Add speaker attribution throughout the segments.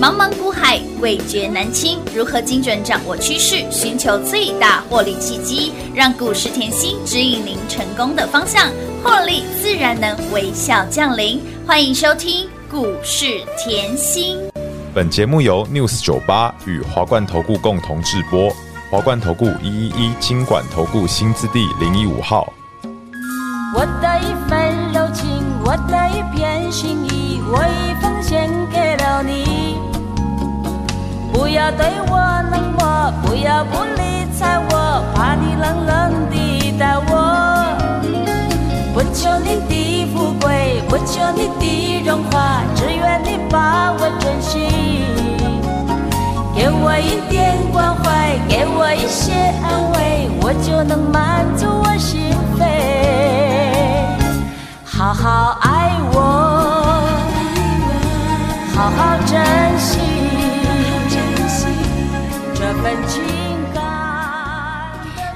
Speaker 1: 茫茫股海，味觉难清。如何精准掌握趋势，寻求最大获利契机，让股市甜心指引您成功的方向，获利自然能微笑降临。欢迎收听股市甜心。
Speaker 2: 本节目由 News 九八与华冠投顾共同制播，华冠投顾一一一金管投顾新字第零一五号。
Speaker 3: 我的一份柔情，我的一片心意，我已奉献给了你。不要对我冷漠，不要不理睬我，怕你冷冷地待我。不求你的富贵，不求你的荣华，只愿你把我珍惜。给我一点关怀，给我一些安慰，我就能满足我心扉。好好爱我，好好珍惜这份情感。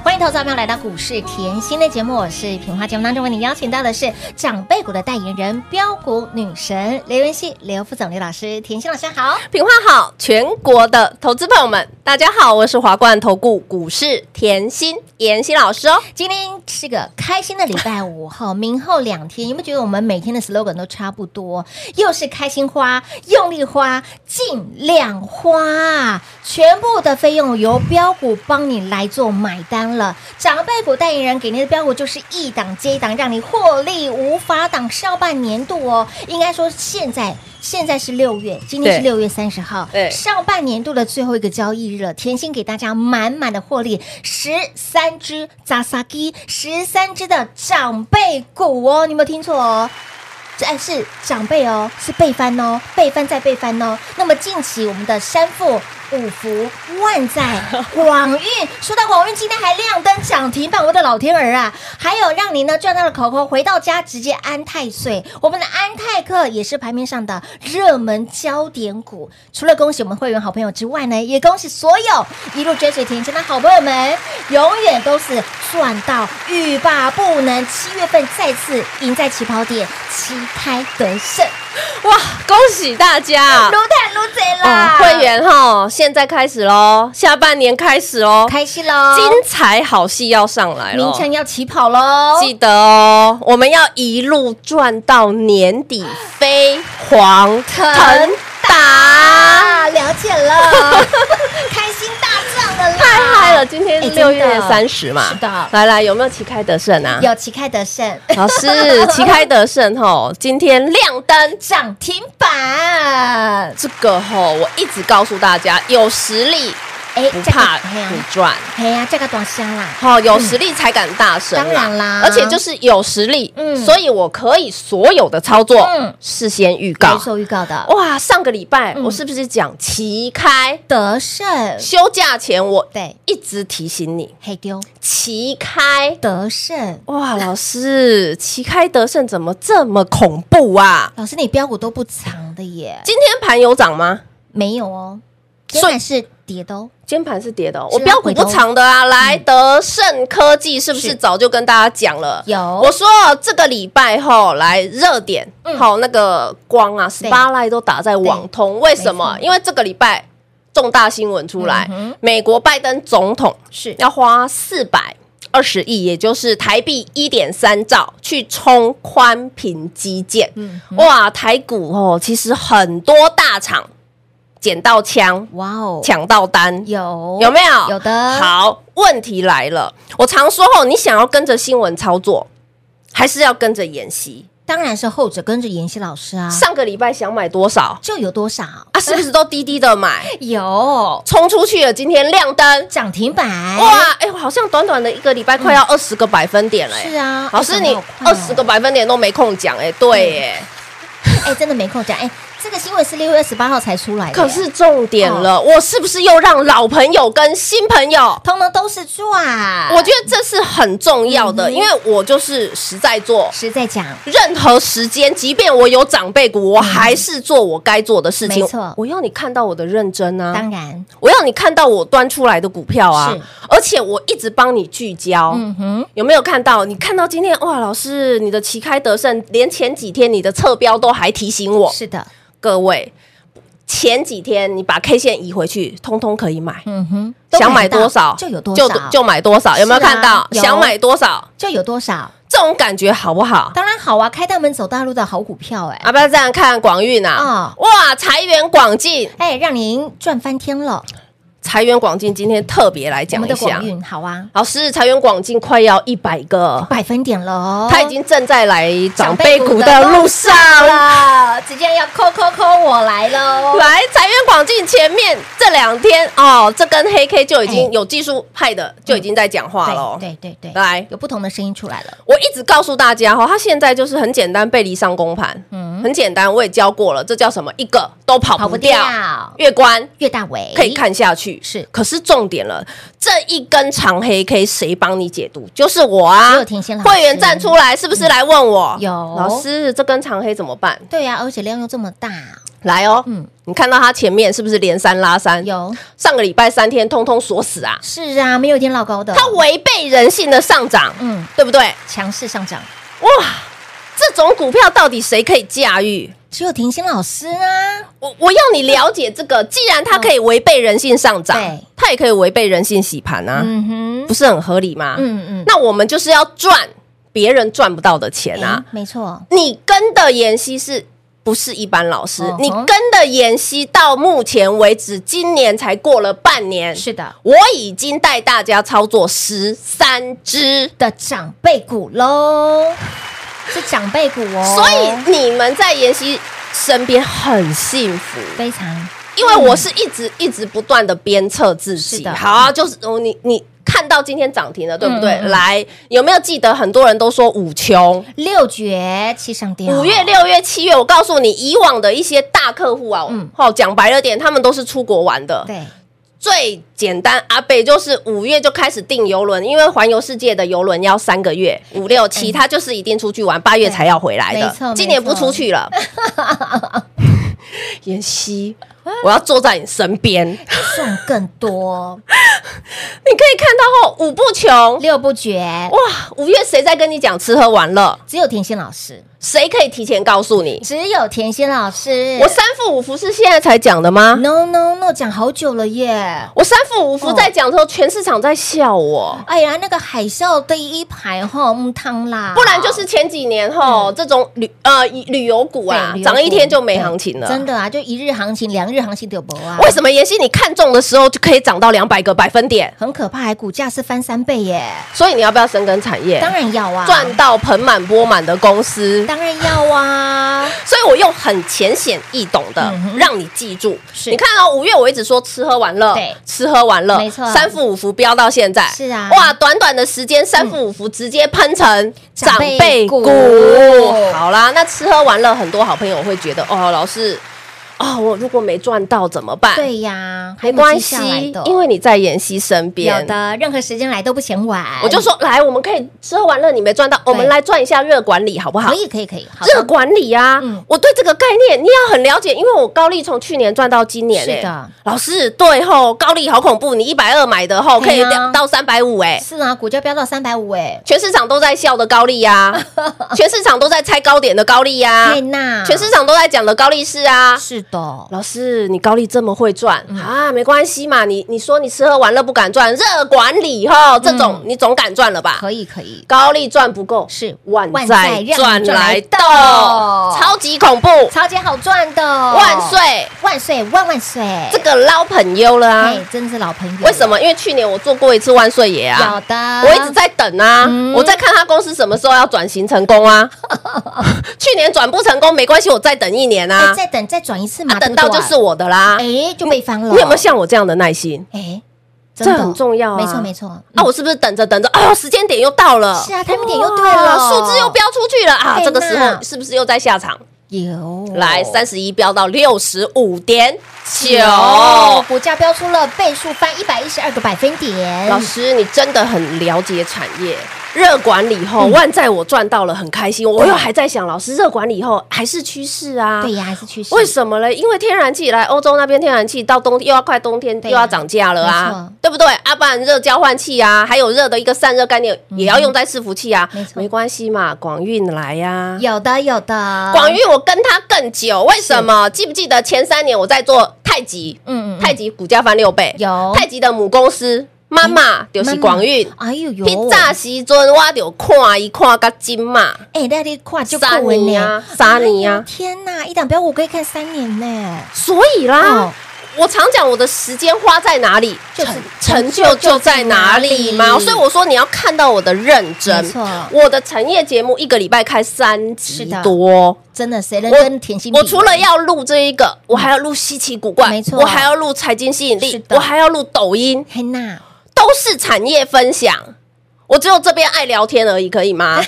Speaker 4: 欢迎投资者朋友来到股市甜心的节目，我是平花。节目当中为你邀请到的是长辈股的代言人标股女神刘元熙、刘副总、刘老师，甜心老师好。
Speaker 5: 品话好，全国的投资朋友们，大家好，我是华冠投顾股市甜心妍希老师哦。
Speaker 4: 今天是个开心的礼拜五哈，明后两天，有没有觉得我们每天的 slogan 都差不多？又是开心花、用力花、尽量花，全部的费用由标股帮你来做买单了。长辈股代言人给您的标股就是一档接一档，让你获利无法挡上半年度哦。应该说现在。现在是六月，今天是
Speaker 5: 对
Speaker 4: 六月三十号，
Speaker 5: 对
Speaker 4: 上半年度的最后一个交易日了，甜心给大家满满的获利，十三只扎萨基，十三只的长辈股哦，你有没有听错哦？这哎是长辈哦，是倍翻哦，倍翻再倍翻哦。那么近期我们的山富、五福、万载、广运，说到广运，今天还亮灯涨停板，我的老天儿啊！还有让您呢赚到了口口，回到家直接安太岁。我们的安泰克也是盘面上的热门焦点股。除了恭喜我们会员好朋友之外呢，也恭喜所有一路追随甜心的好朋友们，永远都是赚到欲罢不能。七月份再次赢在起跑点，旗开得胜，
Speaker 5: 哇，恭喜大家！
Speaker 4: 撸蛋撸贼
Speaker 5: 哦
Speaker 4: 啦！，
Speaker 5: 会员哈，现在开始喽，下半年开始喽，
Speaker 4: 开心喽，
Speaker 5: 精彩好戏要上来
Speaker 4: 明
Speaker 5: 了。
Speaker 4: 晨要起跑喽！
Speaker 5: 记得哦，我们要一路赚到年底，飞黄腾达！
Speaker 4: 啊，了解 了，开心大涨的啦！
Speaker 5: 太嗨了！今天
Speaker 4: 哎
Speaker 5: 是
Speaker 4: 真的
Speaker 5: 六月三十嘛，
Speaker 4: 是的
Speaker 5: 来来，有没有旗开得胜啊？
Speaker 4: 有旗开得胜，
Speaker 5: 老师，旗开得胜吼，今天亮灯。
Speaker 4: 涨停板，
Speaker 5: 这个吼，我一直告诉大家，有实力
Speaker 4: 哎
Speaker 5: 不怕
Speaker 4: 嘿呀
Speaker 5: 不，赚，
Speaker 4: 嘿呀，这个啊短线啦，
Speaker 5: 吼，有实力才敢大声。
Speaker 4: 当然啦
Speaker 5: 啊而且就是有实力，
Speaker 4: 嗯
Speaker 5: 所以我可以所有的操作
Speaker 4: 嗯
Speaker 5: 事先预
Speaker 4: 有
Speaker 5: 告。
Speaker 4: 所预告的哦
Speaker 5: 哇，上个礼拜
Speaker 4: 嗯
Speaker 5: 我是不是讲旗开？
Speaker 4: 得胜，
Speaker 5: 休假前我
Speaker 4: 对，
Speaker 5: 一直提醒你，
Speaker 4: 黑丢
Speaker 5: 旗开
Speaker 4: 得胜。
Speaker 5: 哇，老师，旗开得胜怎么这么恐怖啊？
Speaker 4: 老师，你标股都不藏的耶？
Speaker 5: 今天盘有涨吗？
Speaker 4: 没有哦，
Speaker 5: 所以
Speaker 4: 虽然是跌的哦，
Speaker 5: 今天盘是跌的、哦，
Speaker 4: 是啊嗯
Speaker 5: 我标股不长的啊。来，德胜科技是不
Speaker 4: 是
Speaker 5: 是早就跟大家讲了？
Speaker 4: 有
Speaker 5: 我说这个礼拜后来热点，好那个光啊，十
Speaker 4: 嗯对
Speaker 5: 八赖都打在网通，为什么
Speaker 4: 没？错
Speaker 5: 因为这个礼拜重大新闻出来，
Speaker 4: 嗯哼
Speaker 5: 美国拜登总统
Speaker 4: 是
Speaker 5: 要花四百二十亿，也就是台币一点三兆，去冲宽频基建。
Speaker 4: 嗯
Speaker 5: 哇，台股哦，其实很多大厂捡到枪，
Speaker 4: 哇哦，
Speaker 5: 抢到单，
Speaker 4: 有
Speaker 5: 有没有？
Speaker 4: 哦有的
Speaker 5: 好，问题来了，我常说哦，你想要跟着新闻操作，还是要跟着演习？
Speaker 4: 当然是后者跟着妍希老师啊，
Speaker 5: 上个礼拜想买多少
Speaker 4: 就有多少
Speaker 5: 啊？是不是都低低的买，
Speaker 4: 有
Speaker 5: 冲出去了？今天亮灯，
Speaker 4: 涨停板
Speaker 5: 哇，哎、好像短短的一个礼拜快要二十个百分点了、哎
Speaker 4: 嗯是啊
Speaker 5: 老师
Speaker 4: 哎
Speaker 5: 你
Speaker 4: 好快
Speaker 5: 二
Speaker 4: 哦
Speaker 5: 十个百分点都没空讲，哎，对，哎、
Speaker 4: 哎，真的没空讲哎，这个新闻是六月十八号才出来的，
Speaker 5: 可是重点
Speaker 4: 哦
Speaker 5: 了，我是不是又让老朋友跟新朋友？
Speaker 4: 通通都是赚，
Speaker 5: 我觉得这是很重要的，
Speaker 4: 嗯哼
Speaker 5: 因为我就是实在做，
Speaker 4: 实在讲，
Speaker 5: 任何时间，即便我有长辈股，我还是做我该做的事情。
Speaker 4: 没错
Speaker 5: 我要你看到我的认真啊
Speaker 4: 当，然，
Speaker 5: 我要你看到我端出来的股票啊
Speaker 4: 是，
Speaker 5: 而且我一直帮你聚焦。
Speaker 4: 嗯哼，
Speaker 5: 有没有看到？你看到今天哇，老师，你的旗开得胜，连前几天你的侧标都还提醒我。
Speaker 4: 是的，
Speaker 5: 各位，前几天你把 K 线移回去，通通可以买。
Speaker 4: 嗯哼，都
Speaker 5: 想买
Speaker 4: 到
Speaker 5: 多少
Speaker 4: 就有多少，
Speaker 5: 就买多少，有没有
Speaker 4: 是啊
Speaker 5: 看到？
Speaker 4: 有
Speaker 5: 想买多少，
Speaker 4: 就有多少。
Speaker 5: 这种感觉好不好？
Speaker 4: 当然好啊，开大门走大路的好股票，哎
Speaker 5: 啊，不要这样看广运
Speaker 4: 嗯
Speaker 5: 啊！哇，财源广进，
Speaker 4: 哎，让您赚翻天了。
Speaker 5: 财源广进，今天特别来
Speaker 4: 我
Speaker 5: 讲
Speaker 4: 们
Speaker 5: 一
Speaker 4: 的
Speaker 5: 下
Speaker 4: 广。运好啊，
Speaker 5: 老师，财源广进快要一百个，
Speaker 4: 百分点了哦，
Speaker 5: 他已经正在来
Speaker 4: 长
Speaker 5: 长
Speaker 4: 辈
Speaker 5: 辈股
Speaker 4: 股
Speaker 5: 的
Speaker 4: 的
Speaker 5: 路
Speaker 4: 路
Speaker 5: 上了。
Speaker 4: 了，直接要扣扣扣我来哦喽。
Speaker 5: 来，财源广进前面这两天哦，这根黑 K 就已
Speaker 4: 哎
Speaker 5: 经有技术派的就已经在讲话了。
Speaker 4: 对对对对，
Speaker 5: 来，
Speaker 4: 有不同的声音出来了。
Speaker 5: 我一直告诉大家哈，它现在就是很简单背离上攻盘，
Speaker 4: 嗯
Speaker 5: 很简单，我也教过了，这叫什么？一个都跑
Speaker 4: 跑
Speaker 5: 不
Speaker 4: 不
Speaker 5: 掉，
Speaker 4: 掉
Speaker 5: 月关
Speaker 4: 岳大为
Speaker 5: 可以，看下去。
Speaker 4: 是
Speaker 5: 可是重点了，这一根长黑 K 谁帮你解读？就是我
Speaker 4: 只
Speaker 5: 啊
Speaker 4: 有！田心老师
Speaker 5: 会员站出来是不是来问我？
Speaker 4: 有
Speaker 5: 老师，这根长黑怎么办？
Speaker 4: 对呀、而且量又这么大，
Speaker 5: 来哦，
Speaker 4: 嗯
Speaker 5: 你看到它前面是不是连三拉三？
Speaker 4: 有
Speaker 5: 上个礼拜三天通通锁死啊，
Speaker 4: 是啊，没有一天老高的，
Speaker 5: 它违背人性的上涨，
Speaker 4: 嗯
Speaker 5: 对不对？
Speaker 4: 强势上涨，
Speaker 5: 哇，这种股票到底谁可以驾驭？
Speaker 4: 只有田心老师啊，
Speaker 5: 我我要你了解这个，既然它可以违背人性上涨
Speaker 4: 嗯对，
Speaker 5: 它也可以违背人性洗盘啊，
Speaker 4: 嗯哼，
Speaker 5: 不是很合理吗？
Speaker 4: 嗯嗯，哎
Speaker 5: 那我们就是要赚别人赚不到的钱啊！
Speaker 4: 诶没错，
Speaker 5: 你跟的妍希是不是一般老师？
Speaker 4: 嗯哼
Speaker 5: 你跟的妍希到目前为止，今年才过了半年，
Speaker 4: 是的
Speaker 5: 我已经带大家操作十三只。
Speaker 4: 的长辈股喽，是长辈股哦，
Speaker 5: 所以你们在妍希身边很幸福，
Speaker 4: 非常
Speaker 5: 因为我是一直一直不断的鞭策自
Speaker 4: 是
Speaker 5: 己。
Speaker 4: 的
Speaker 5: 好啊，就是哦，你你看到今天涨停了，对不对？
Speaker 4: 嗯嗯嗯
Speaker 5: 来，有没有记得很多人都说五穷？
Speaker 4: 六绝七上吊，
Speaker 5: 五月、六月、七月，我告诉你，以往的一些大客户啊，
Speaker 4: 嗯
Speaker 5: 哦，讲白了点，他们都是出国玩的。
Speaker 4: 对，
Speaker 5: 最简单，阿北就是五月就开始订游轮，因为环游世界的游轮要三个月，五六七，他就是一定出去玩，八月才要回来
Speaker 4: 没
Speaker 5: 的
Speaker 4: 错没。错
Speaker 5: 今年不出去了。 妍希，我要坐在你身边， 你
Speaker 4: 赚更多，
Speaker 5: 可以看到后五不穷。
Speaker 4: 六不绝，
Speaker 5: 哇，五月谁在跟你讲吃喝玩乐？
Speaker 4: 只有田心老师，
Speaker 5: 谁可以提前告诉你？
Speaker 4: 只有田心老师，
Speaker 5: 我三副五福是现在才讲的吗？
Speaker 4: no no no 讲好久了耶。
Speaker 5: 我三副五
Speaker 4: 嗯
Speaker 5: 福在讲的时候，全市场在笑我。
Speaker 4: 哎呀，那个海啸第一排哈木汤啦，
Speaker 5: 不然就是前几年吼，这种旅呃以旅游股啊
Speaker 4: 嗯对，旅游股
Speaker 5: 涨一天就没行情了。
Speaker 4: 真的啊，就一日行情、两日行情都有博啊，
Speaker 5: 为什么妍希你看中的时候就可以涨到两百个百分点？
Speaker 4: 很可怕，还股价是翻三倍耶，
Speaker 5: 所以你要不要深耕产业？
Speaker 4: 当然要啊，
Speaker 5: 赚到盆满钵满的公司。
Speaker 4: 当然要 啊，
Speaker 5: 所以我用很浅显易懂的
Speaker 4: 嗯哼
Speaker 5: 让你记住。
Speaker 4: 是
Speaker 5: 你看哦，五月我一直说吃喝玩乐
Speaker 4: 对，
Speaker 5: 吃喝玩乐，
Speaker 4: 没错
Speaker 5: 三副五福飙到现在，
Speaker 4: 是啊嗯
Speaker 5: 哇，短短的时间，三副五福直接喷成长
Speaker 4: 长
Speaker 5: 辈
Speaker 4: 辈
Speaker 5: 股
Speaker 4: 股。
Speaker 5: 好啦，那吃喝玩乐，很多好朋友会觉得，哦，老师，哦，我如果没赚到怎么办？，
Speaker 4: 对呀，
Speaker 5: 没关系，因为你在妍希身
Speaker 4: 有
Speaker 5: 边。
Speaker 4: 的任何时间来都不嫌晚，
Speaker 5: 我就说，来，我们可以吃喝玩乐，你没赚到，我们来赚一下热管理，好不好
Speaker 4: 可？以可以可以，好的
Speaker 5: 热管理啊，
Speaker 4: 嗯
Speaker 5: 我对这个概念你要很了解，因为我高利从去年赚到今年、欸，
Speaker 4: 是的，
Speaker 5: 老师对吼，高利好恐怖，你一百二买的吼，可以
Speaker 4: 对啊
Speaker 5: 到三百五哎。
Speaker 4: 是啊，股价飙到三百五哎，
Speaker 5: 全市场都在笑的高利呀、 啊，全市场都在猜高点的高利呀、啊
Speaker 4: 佩，娜，
Speaker 5: 全市场都在讲的高利是啊。
Speaker 4: 是的，
Speaker 5: 老师，你高利这么会赚、
Speaker 4: 嗯
Speaker 5: 啊？没关系嘛，你你说你吃喝玩乐不敢赚，热管理吼这种、你总敢赚了吧？
Speaker 4: 嗯可以可以，
Speaker 5: 高利赚不够，
Speaker 4: 是
Speaker 5: 万
Speaker 4: 万
Speaker 5: 载
Speaker 4: 载
Speaker 5: 赚
Speaker 4: 赚
Speaker 5: 来
Speaker 4: 来
Speaker 5: 的
Speaker 4: 的，
Speaker 5: 超级恐怖，
Speaker 4: 超级好赚的，
Speaker 5: 万岁！
Speaker 4: 万岁万万岁，
Speaker 5: 这个捞朋友了啊
Speaker 4: 哎，！真是老朋友，
Speaker 5: 为什？么？因为去年我做过一次万岁爷啊
Speaker 4: 有。的，
Speaker 5: 我一直在等啊，
Speaker 4: 嗯
Speaker 5: 我在看他公司什么时候要转型成功啊。 去年转不成功没关系，我再等一年
Speaker 4: 哎
Speaker 5: 啊，
Speaker 4: 再等再转一次
Speaker 5: 啊
Speaker 4: 嘛，
Speaker 5: 等到
Speaker 4: 对不
Speaker 5: 就
Speaker 4: 对
Speaker 5: 是我的啦。
Speaker 4: 哎就被翻了，
Speaker 5: 你有没有像我这样的耐心？
Speaker 4: 哎，
Speaker 5: 这
Speaker 4: 真的
Speaker 5: 很重要啊
Speaker 4: 没错没错，
Speaker 5: 啊，我是不是等着等着，哦，时间点又到了，
Speaker 4: 嗯是啊 timing 点又对了哎
Speaker 5: 哇数字又飙出去了啊，
Speaker 4: 天哪
Speaker 5: 这个时候是不是又在下场？
Speaker 4: 有
Speaker 5: 来，三十一飙到六十五点九。
Speaker 4: 有股价标出了倍数翻一百一十二个百分点，
Speaker 5: 老师，你真的很了解产业，热管理
Speaker 4: 嗯
Speaker 5: 后，万载我赚到了，很开心。我又还在想，老师热管理后还是趋势啊？
Speaker 4: 对呀，还是趋势。
Speaker 5: 为什么嘞？因为天然气来欧洲那边，天然气到冬又要快冬天，
Speaker 4: 对
Speaker 5: 又
Speaker 4: 啊
Speaker 5: 要涨价了
Speaker 4: 没错
Speaker 5: 啊，对不对？啊，不然热交换器啊，还有热的一个散热概念，也要用在伺服器啊
Speaker 4: 没错，
Speaker 5: 没关系嘛，广运来呀。
Speaker 4: 有的有的，
Speaker 5: 广运我跟他更久，为什么？记不记得前三年我在做太极？
Speaker 4: 嗯嗯嗯
Speaker 5: 太极股价翻六倍，
Speaker 4: 有
Speaker 5: 太极的母公司妈妈就是广运。
Speaker 4: 哎呦呦，
Speaker 5: 迄早时阵我就看一看甲金嘛，
Speaker 4: 哎，那你跨就
Speaker 5: 三
Speaker 4: 过
Speaker 5: 年
Speaker 4: 呢
Speaker 5: 啊，三年啊
Speaker 4: 哎呦天哪，一档标股可以看三年呢，
Speaker 5: 所以啦
Speaker 4: 哦，
Speaker 5: 我常讲我的时间花在哪里，
Speaker 4: 就是
Speaker 5: 成就就在哪里嘛。所以我说你要看到我的认真
Speaker 4: 没错，
Speaker 5: 我的产业节目一个礼拜开三
Speaker 4: 是
Speaker 5: 集
Speaker 4: 的
Speaker 5: 多，
Speaker 4: 真的谁能
Speaker 5: 我
Speaker 4: 跟甜心比？
Speaker 5: 我除了要录这一个，我还要录稀奇古怪，
Speaker 4: 没错
Speaker 5: 我还要录财经吸引
Speaker 4: 是
Speaker 5: 力，
Speaker 4: 的
Speaker 5: 我还要录抖音，
Speaker 4: 嘿娜，
Speaker 5: 都是产业分享。我只有这边爱聊天而已，可以 吗？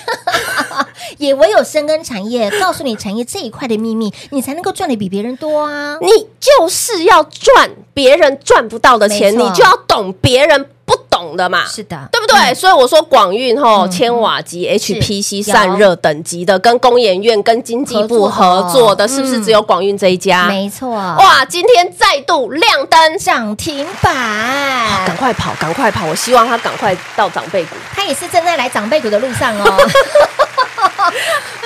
Speaker 4: 也唯有深耕产业，告诉你产业这一块的秘密，你才能够赚的比别人多啊。
Speaker 5: 你就是要赚别人赚不到的钱，
Speaker 4: 没错
Speaker 5: 你就要懂别人不懂的嘛。
Speaker 4: 是的，
Speaker 5: 啊对不对？所以我说广运吼，千瓦级
Speaker 4: 是
Speaker 5: HPC 散热等级的，跟工研院、跟经济部
Speaker 4: 合作的
Speaker 5: 合作的，是不是
Speaker 4: 嗯
Speaker 5: 只有广运这一家？
Speaker 4: 没错，哇，
Speaker 5: 啊哇，今天再度亮灯，
Speaker 4: 涨停
Speaker 5: 赶
Speaker 4: 板，
Speaker 5: 快跑，赶快跑！我希望他赶快到长辈股
Speaker 4: 它也是正在来长辈股的路上哦，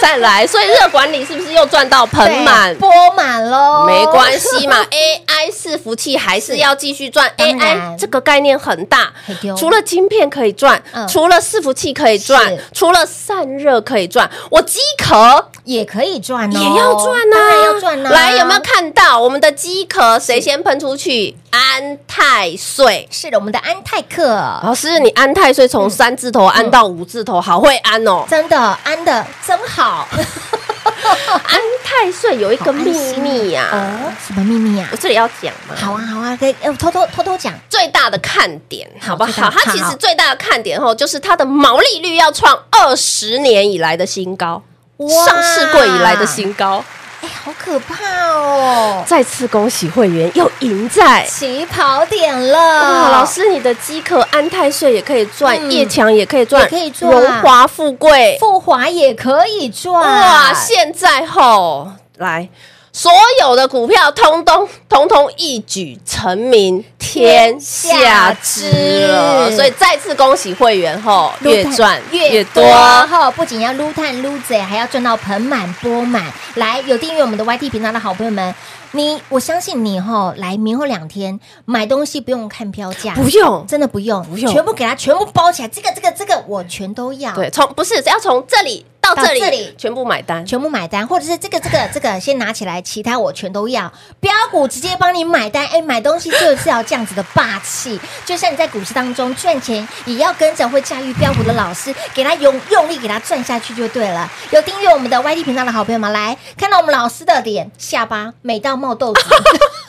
Speaker 5: 再来。所以热管理是不是又赚到盆满
Speaker 4: 对？播满喽，
Speaker 5: 没关系 嘛，AI 伺服器还哦是要继续赚。
Speaker 4: 当然
Speaker 5: AI 这个概念很大
Speaker 4: 很丢，
Speaker 5: 除了晶片可以赚
Speaker 4: 嗯，
Speaker 5: 除了伺服器可以赚
Speaker 4: 是，
Speaker 5: 除了散热可以赚，我机壳
Speaker 4: 也可以赚哦，
Speaker 5: 也哦要赚啊呐、
Speaker 4: 当然要赚呐、啊
Speaker 5: 来，有没有？看到我们的机壳谁先喷出去？安泰税。
Speaker 4: 是的，我们的安泰克。
Speaker 5: 老师，你安泰税从三字头安到五字头，好会安哦！
Speaker 4: 真的安的真好
Speaker 5: 安泰税有一个秘密 呀、
Speaker 4: 哦，什么秘密啊
Speaker 5: 我？这里要讲吗？
Speaker 4: 好啊好啊，可以呃偷偷偷偷讲，
Speaker 5: 最大的看点，好不
Speaker 4: 最大
Speaker 5: 好？
Speaker 4: 的看
Speaker 5: 它其
Speaker 4: 好
Speaker 5: 实最大的看点吼，就是它的毛利率要创二十年以来的新高，
Speaker 4: 哇
Speaker 5: 上市柜以来的新高。
Speaker 4: 哎，好可怕哦，
Speaker 5: 再次恭喜会员又赢在
Speaker 4: 起跑点
Speaker 5: 哇，
Speaker 4: 了，
Speaker 5: 老师，你的机壳安泰税也可以
Speaker 4: 嗯
Speaker 5: 赚，叶强也可以赚，
Speaker 4: 也可以赚
Speaker 5: 荣华富贵，
Speaker 4: 富华也可以赚，
Speaker 5: 哇！现在吼来，所有的股票通通通通一举成名天下知了，
Speaker 4: 天下知
Speaker 5: 所以再次恭喜会员吼，
Speaker 4: 撸
Speaker 5: 越
Speaker 4: 碳
Speaker 5: 赚越多。
Speaker 4: 哈！不仅要撸碳撸贼，还要赚到盆满钵满。来，有订阅我们的 YT 频道的好朋友们，你我相信你哈，来明后两天买东西不用看标价，
Speaker 5: 不用
Speaker 4: 真的不用，
Speaker 5: 不用
Speaker 4: 全部给它全部包起来，这个这个这个我全都要，
Speaker 5: 对，，从不是要从这里到
Speaker 4: 到
Speaker 5: 这里
Speaker 4: 这里
Speaker 5: 全部买单，
Speaker 4: 全部买单，或者是这个这个这个先拿起来，其他我全都要。标股直接帮你买单，哎，买东西就是要这样子的霸气，就像你在股市当中赚钱，也要跟着会驾驭标股的老师，给他用用力给他赚下去就对了。有订阅我们的 YT 频道的好朋友们，来看到我们老师的脸下巴美到冒豆子。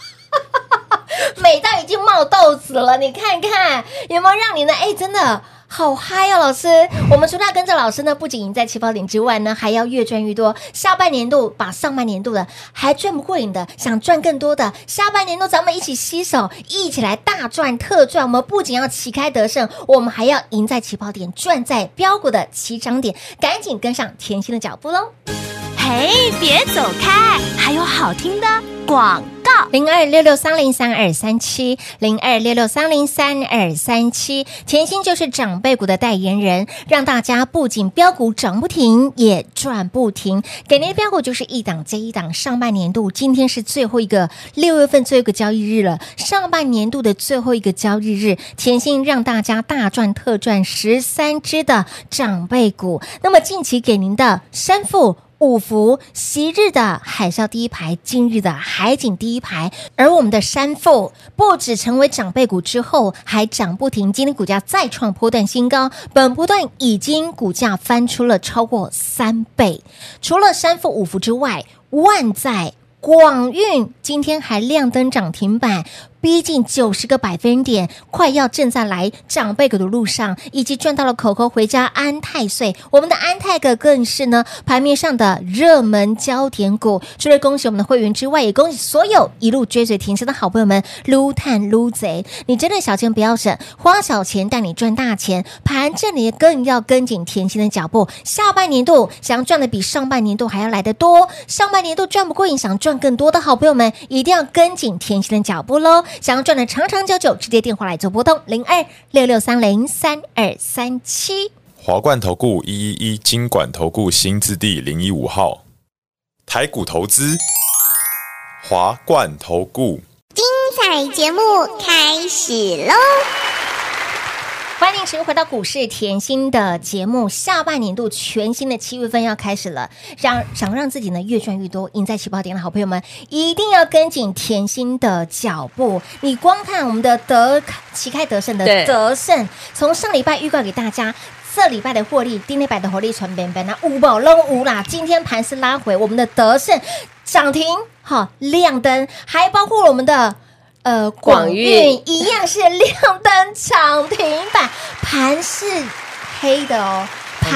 Speaker 4: 美到已经冒豆子了，你看看有没有让你呢？哎，真的好嗨哦，老师！我们除了要跟着老师呢，不仅赢在起跑点之外呢，还要越赚越多。下半年度把上半年度的还赚不过瘾的，想赚更多的，下半年度咱们一起携手，一起来大赚特赚。我们不仅要旗开得胜，我们还要赢在起跑点，赚在标股的起涨点，赶紧跟上甜心的脚步喽！
Speaker 1: 嘿，别走开，还有好听的广告。
Speaker 4: 零二六六三零三二三七，零二六六三零三二三七，甜心就是长辈股的代言人，让大家不仅标股涨不停，也赚不停。给您的标股就是一档接一档，上半年度今天是最后一个六月份最后一个交易日了，上半年度的最后一个交易日，甜心让大家大赚特赚十三只的长辈股。那么近期给您的山富。五福昔日的海啸第一排，今日的海景第一排。而我们的山凤不止成为长辈股之后，还涨不停，今天股价再创波段新高，本波段已经股价翻出了超过三倍。除了山凤五福之外，万载。广运今天还亮灯涨停板，逼近九十个百分点，快要正在来长辈股的路上，以及赚到了口口回家安泰岁，我们的安泰哥更是呢盘面上的热门焦点股。除了恭喜我们的会员之外，也恭喜所有一路追随甜心的好朋友们，撸探撸贼，你真的小钱不要省，花小钱带你赚大钱，盘正你更要跟紧甜心的脚步。下半年度想要赚的比上半年度还要来得多，上半年度赚不过瘾，想赚更多的好朋友们，一定要跟紧甜心的脚步喽！想要赚的长长久久，直接电话来做拨动零二六六三零三二三七。
Speaker 2: 华冠投顾一一一金管投顾新字第零一五号，台股投资，华冠投顾。
Speaker 6: 彩节目开始喽！
Speaker 4: 欢迎持续回到股市甜心的节目。下半年度全新的七月份要开始了，想想让自己呢越赚越多，赢在起跑点的好朋友们，一定要跟紧甜心的脚步。你光看我们的德旗开得胜的
Speaker 5: 对
Speaker 4: 德胜，从上礼拜预告给大家。这礼拜的获利，今天摆的获利传边边，那五宝扔五啦。今天盘是拉回，我们的德胜涨停，好亮灯，还包括我们的呃
Speaker 5: 广运
Speaker 4: 一样是亮灯涨停板，盘是黑的哦，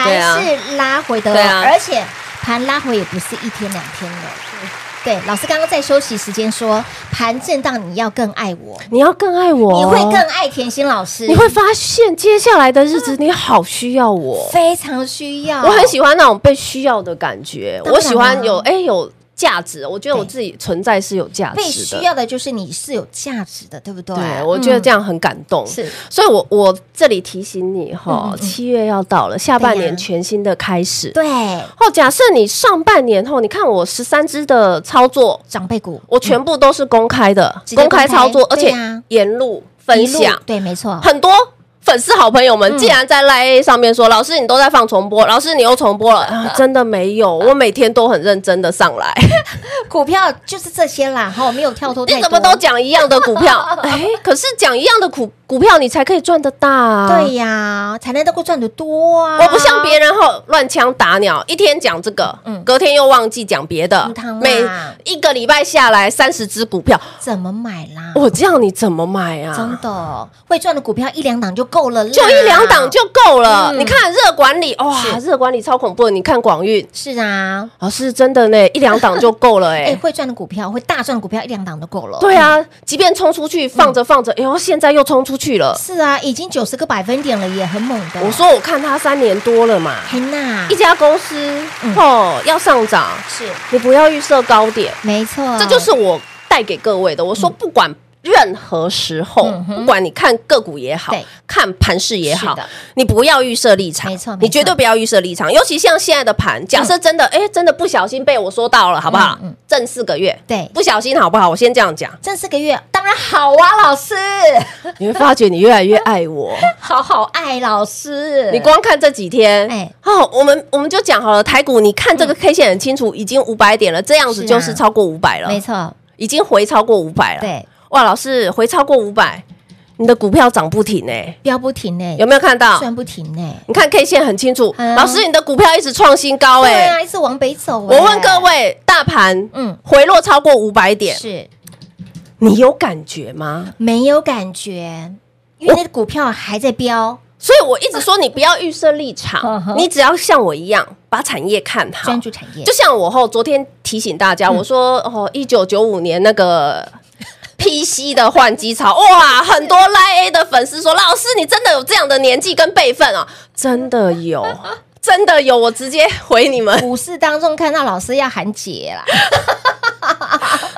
Speaker 5: 对啊
Speaker 4: 盘是拉回的哦，
Speaker 5: 对啊
Speaker 4: 而且盘拉回也不是一天两天了。对，老师刚刚在休息时间说，盘震荡你要更爱我，
Speaker 5: 你要更嗯爱我，
Speaker 4: 你会更爱甜心老师，
Speaker 5: 你会发现接下来的日子你好需要我，
Speaker 4: 非常需要。
Speaker 5: 我很喜欢那种被需要的感觉，
Speaker 4: 当然啊
Speaker 5: 我喜欢有哎有价值，我觉得我
Speaker 4: 对
Speaker 5: 自己存在是有价
Speaker 4: 被
Speaker 5: 值
Speaker 4: 需
Speaker 5: 的。
Speaker 4: 要的就是你是有价值的，对不对？
Speaker 5: 对，我觉得这
Speaker 4: 样、
Speaker 5: 样很感动。
Speaker 4: 是
Speaker 5: 所以我，我这里提醒你哈
Speaker 4: 嗯嗯，嗯
Speaker 5: 七月要到了，下半
Speaker 4: 对呀
Speaker 5: 年全新的开始。
Speaker 4: 对
Speaker 5: 哦，假设你上半年后，你看我十三只的操作，
Speaker 4: 长辈股，
Speaker 5: 我全部都是公开的，
Speaker 4: 嗯直接
Speaker 5: 公
Speaker 4: 公开
Speaker 5: 开操作，而
Speaker 4: 对
Speaker 5: 且
Speaker 4: 呀
Speaker 5: 沿路
Speaker 4: 一
Speaker 5: 分
Speaker 4: 路
Speaker 5: 享，
Speaker 4: 对，没错，
Speaker 5: 很多。粉丝好朋友们，
Speaker 4: 嗯
Speaker 5: 竟然在 Line 上面说：“老师，你都在放重播，老师你又重播了。啊” 真的没有，我每天都很认真的上来。
Speaker 4: 股票就是这些啦，哈，没有跳脱太多。
Speaker 5: 你怎么都讲一样的股 票？哎，可是讲一样的股股票，你才可以赚得大啊。
Speaker 4: 对呀、才能能够赚得多啊！
Speaker 5: 我不像别人后乱枪打鸟，一天讲这个，
Speaker 4: 嗯
Speaker 5: 隔天又忘记讲别的
Speaker 4: 嗯当然，
Speaker 5: 每一个礼拜下来三十只股票，
Speaker 4: 怎么买啦？
Speaker 5: 我这样你怎么买
Speaker 4: 真
Speaker 5: 啊？
Speaker 4: 的会赚的股票一两档就够了啦，
Speaker 5: 就一两档就够了。
Speaker 4: 嗯
Speaker 5: 你看热管理，哇，热管理超恐怖的。你看广运，
Speaker 4: 是啊。
Speaker 5: 老师真的呢，一两档就够了
Speaker 4: 哎、
Speaker 5: 哎。
Speaker 4: 会赚的股票，会大赚的股票一两档就够了。
Speaker 5: 对啊，即便冲出去放着放着，哎呦，现在又冲出去了。
Speaker 4: 嗯是啊，已经九十个百分点了，也很猛的。
Speaker 5: 我，说我看它三年多了嘛，
Speaker 4: 天呐，
Speaker 5: 一家公司
Speaker 4: 嗯
Speaker 5: 哦要上涨，
Speaker 4: 是
Speaker 5: 你不要预设高点。
Speaker 4: 没错，
Speaker 5: 这就是我带给各位的。我说，不管任何时候，
Speaker 4: 嗯哼
Speaker 5: 不管你看个股也好
Speaker 4: 对，
Speaker 5: 看盘势也好
Speaker 4: 是的，哎
Speaker 5: 你不要预设立场，
Speaker 4: 没错没错嗯
Speaker 5: 你绝对不要预设立场。尤其像现在的盘，假设真的，哎、真的不小心被我说到了，好不好？
Speaker 4: 嗯嗯
Speaker 5: 挣四个月，
Speaker 4: 对
Speaker 5: 不小心好不好？我先这
Speaker 4: ，
Speaker 5: 样讲
Speaker 4: 这四个月，当然好啊，老 师，
Speaker 5: 你会发觉你越来越 爱我。
Speaker 4: 好好爱老师。
Speaker 5: 你光看这几天，
Speaker 4: 哎嗯
Speaker 5: 哦，我们我们就讲好了，台股，你看这个 K 线很清楚，已经五百点了，这样子
Speaker 4: 是啊
Speaker 5: 就是超过五百了，
Speaker 4: 没错，
Speaker 5: 已经回超过五百了。
Speaker 4: 对，
Speaker 5: 哇，老师回超过五百，你的股票涨不停哎、
Speaker 4: 飙不停呢、
Speaker 5: 有没有看到？
Speaker 4: 赚不停呢、
Speaker 5: 你看 K 线很清楚，
Speaker 4: 嗯
Speaker 5: 老师你的股票一直创新高
Speaker 4: 对
Speaker 5: 哎、
Speaker 4: 啊，一直往北走、
Speaker 5: 我问
Speaker 4: 哎
Speaker 5: 各，位，大盘
Speaker 4: 嗯
Speaker 5: 嗯回落超过五百点，
Speaker 4: 是
Speaker 5: 你有感觉吗？
Speaker 4: 没有感觉，因为那股票还在飙，
Speaker 5: 所以我一直说你不要预设立
Speaker 4: 呵呵
Speaker 5: 场，你只要像我一样把产业看好
Speaker 4: 专。注产业
Speaker 5: 就像我后昨天提醒大
Speaker 4: 嗯
Speaker 5: 家，我说哦，一九九五年那个 PC 的换机潮，哇，很多 Line A 的粉丝说，老师你真的有这样的年纪跟辈分啊？真 的有，真的有，我直接回你们，
Speaker 4: 股市当中看到老师要喊姐啦，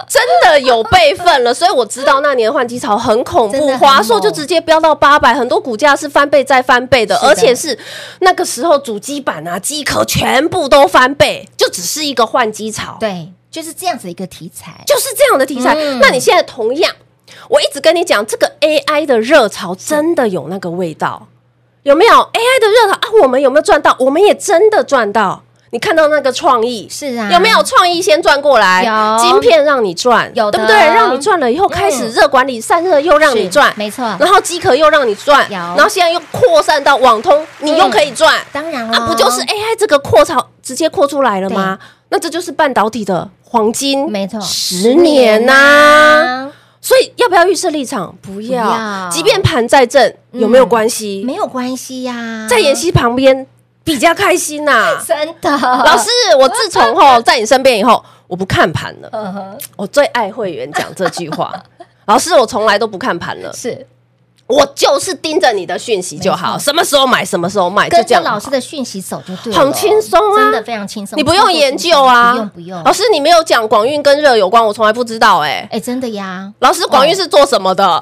Speaker 5: 真的有辈分了，所以我知道那年换机潮很恐
Speaker 4: 真的
Speaker 5: 怖，
Speaker 4: 很
Speaker 5: 华硕
Speaker 4: 猛
Speaker 5: 就直接飙到八百，很多股价是翻倍再翻倍的，
Speaker 4: 是的
Speaker 5: 而且是那个时候主机板啊、机壳全部都翻倍，就只是一个换机潮。
Speaker 4: 对，就是这样子一个题材，
Speaker 5: 就是这样的题材。
Speaker 4: 嗯
Speaker 5: 那你现在同样，我一直跟你讲，这个 AI 的热潮真的有那个味道，有没有？AI 的热潮啊，我们有没有赚到？我们也真的赚到。你看到那个创意
Speaker 4: 是啊
Speaker 5: 有没有创意先赚过来？
Speaker 4: 有
Speaker 5: 晶片让你赚，
Speaker 4: 有的嗯
Speaker 5: 对不对？让你赚了以后，开始热管理散热又让你
Speaker 4: 是
Speaker 5: 赚，
Speaker 4: 没错
Speaker 5: 然后机壳又让你赚，
Speaker 4: 有
Speaker 5: 然后现在又扩散到网通，你又
Speaker 4: 嗯
Speaker 5: 可以赚。
Speaker 4: 当然了，
Speaker 5: 啊啊，不就是 AI 这个扩潮直接扩出来了吗？那这就是半导体的黄金，
Speaker 4: 没错
Speaker 5: 十年呐、
Speaker 4: 啊
Speaker 5: 所以要不要预设立场？不要，
Speaker 4: 不要嗯
Speaker 5: 即便盘在正，有没有关系？
Speaker 4: 没有啊关系呀、
Speaker 5: 在妍希旁边比较开心呐、
Speaker 4: 真的
Speaker 5: 老师，我自从 吼在你身边以后，我不看盘了。
Speaker 4: 嗯哼
Speaker 5: 我最爱会员讲这句话。 老师，我从来都不看盘了，
Speaker 4: 是
Speaker 5: 我就是盯着你的讯息就好，什么时候买，什么时候卖，就
Speaker 4: 跟
Speaker 5: 这
Speaker 4: 着
Speaker 5: 样。
Speaker 4: 老师的讯息走就对了，
Speaker 5: 很轻松啊
Speaker 4: 真的非常轻松，
Speaker 5: 你不用研究啊，
Speaker 4: 不用不用，
Speaker 5: 老师，你没有讲广运跟热有关，我从来不知道哎、
Speaker 4: 哎、真的呀，
Speaker 5: 老师，广运是做什么 的？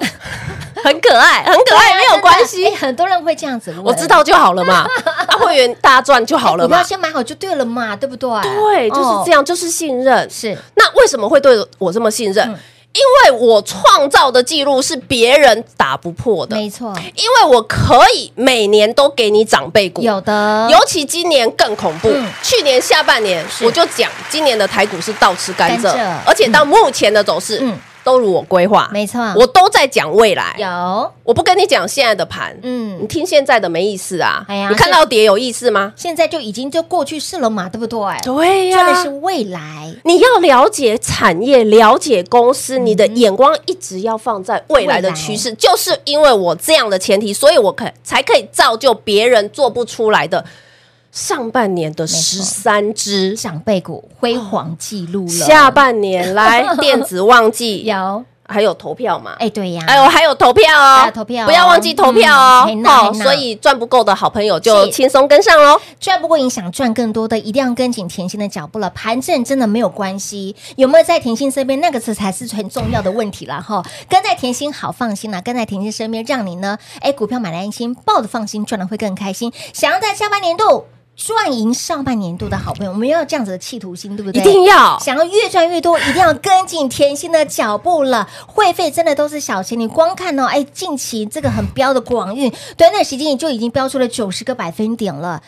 Speaker 5: 很可爱，很可啊爱，没有关系，
Speaker 4: 哎很多人会这样子问，
Speaker 5: 我知道就好了 嘛。啊，会员大赚就好了
Speaker 4: 股票
Speaker 5: 嘛。
Speaker 4: 先买好就对了嘛，对不对？
Speaker 5: 对，就是这
Speaker 4: 样，
Speaker 5: 样，就是信任。嗯
Speaker 4: 是
Speaker 5: 那为什么会对我这么信任？因为我创造的记录是别人打不破的，
Speaker 4: 没错，
Speaker 5: 因为我可以每年都给你长辈股。
Speaker 4: 有的
Speaker 5: 尤其今年更恐怖，
Speaker 4: 嗯
Speaker 5: 去年下半年我就讲，今年的台股是倒吃甘蔗，
Speaker 4: 甘蔗
Speaker 5: 而且到目前的走势，
Speaker 4: 嗯
Speaker 5: 都如我规划，
Speaker 4: 没错
Speaker 5: 我都在讲未来，
Speaker 4: 有，
Speaker 5: 我不跟你讲现在的盘，你
Speaker 4: 嗯，
Speaker 5: 听现在的没意思啊，
Speaker 4: 哎呀
Speaker 5: 你看到跌有意思吗？
Speaker 4: 现在就已经就过去式了嘛，对不对？
Speaker 5: 对啊
Speaker 4: 说的是未来，
Speaker 5: 你要了解产业，了解公司，你的眼光一直要放在未来的趋
Speaker 4: 嗯
Speaker 5: 势，就是因为我这样的前提，所以我可才可以造就别人做不出来的上半年的十三只，
Speaker 4: 长辈股辉煌记录了，
Speaker 5: 下半年来电子 旺季，
Speaker 4: 有，
Speaker 5: 还有投票嘛？
Speaker 4: 哎、对呀，
Speaker 5: 哎呦，还有投票哦，
Speaker 4: 还有投票哦
Speaker 5: 不要忘记投票哦
Speaker 4: 嗯嘿。呐
Speaker 5: 哦，
Speaker 4: 嘿呐
Speaker 5: 所以赚不够的好朋友就是轻松跟上喽。
Speaker 4: 赚不过瘾，想赚更多的，一定要跟紧甜心的脚步了。盘正真的没有关系，有没有在甜心身边，那个词才是很重要的问题了哈。跟在甜心好放心啦、跟在甜心身边，让你呢，哎，股票买的安心，抱的放心，赚的会更开心。想要在下半年度赚赢上半年度的好朋友，我们要有这样子的企图心，对不
Speaker 5: 一
Speaker 4: 对？
Speaker 5: 定要
Speaker 4: 想要越赚越多，一定要跟紧甜心的脚步了。会费真的都是小钱，你光看哦，哎，近期这个很标的广运，短短时间就已经标出了九十个百分点了。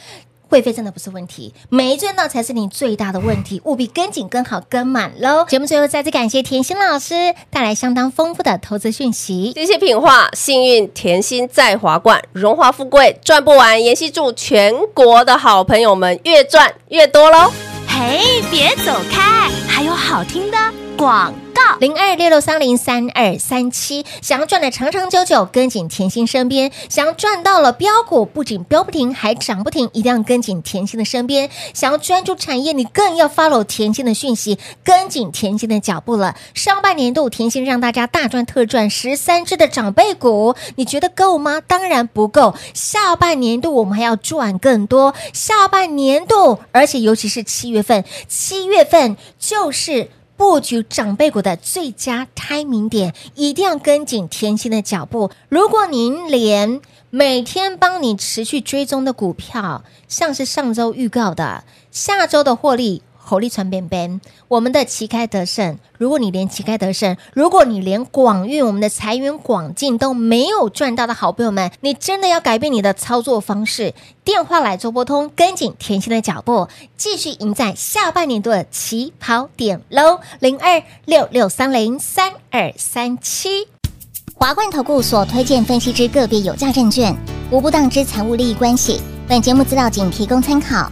Speaker 4: 会费真的不是问题，没赚到才是你最大的问题，务必跟紧、跟好、跟满喽。节目最后再次感谢甜心老师带来相当丰富的投资讯息。
Speaker 5: 谢谢品画，幸运甜心在华冠，荣华富贵赚不完。妍希祝全国的好朋友们越赚越多喽！
Speaker 1: 嘿，别走开，还有好听的广告。
Speaker 4: 零二六六三零三二三七，想要赚的长长久久，跟紧甜心身边；想要赚到了标股，不仅标不停，还涨不停，一定要跟紧甜心的身边。想要专注产业，你更要 follow 甜心的讯息，跟紧甜心的脚步了。上半年度甜心让大家大赚特赚十三只的长辈股，你觉得够吗？当然不够，下半年度我们还要赚更多。下半年度，而且尤其是七月份，七月份就是。布局长辈股的最佳 timing 点，一定要跟紧甜心的脚步。如果您连每天帮你持续追踪的股票，像是上周预告的下周的获利。猴利传边边，我们的旗开得胜。如果你连旗开得胜，如果你连广运我们的财源广进都没有赚到的好朋友们，你真的要改变你的操作方式。电话来做拨通，跟紧甜心的脚步，继续赢在下半年度的起跑点喽！零二六六三零三二三七。
Speaker 6: 华冠投顾所推荐分析之个别有价证券，无不当之财务利益关系。本节目资料仅提供参考，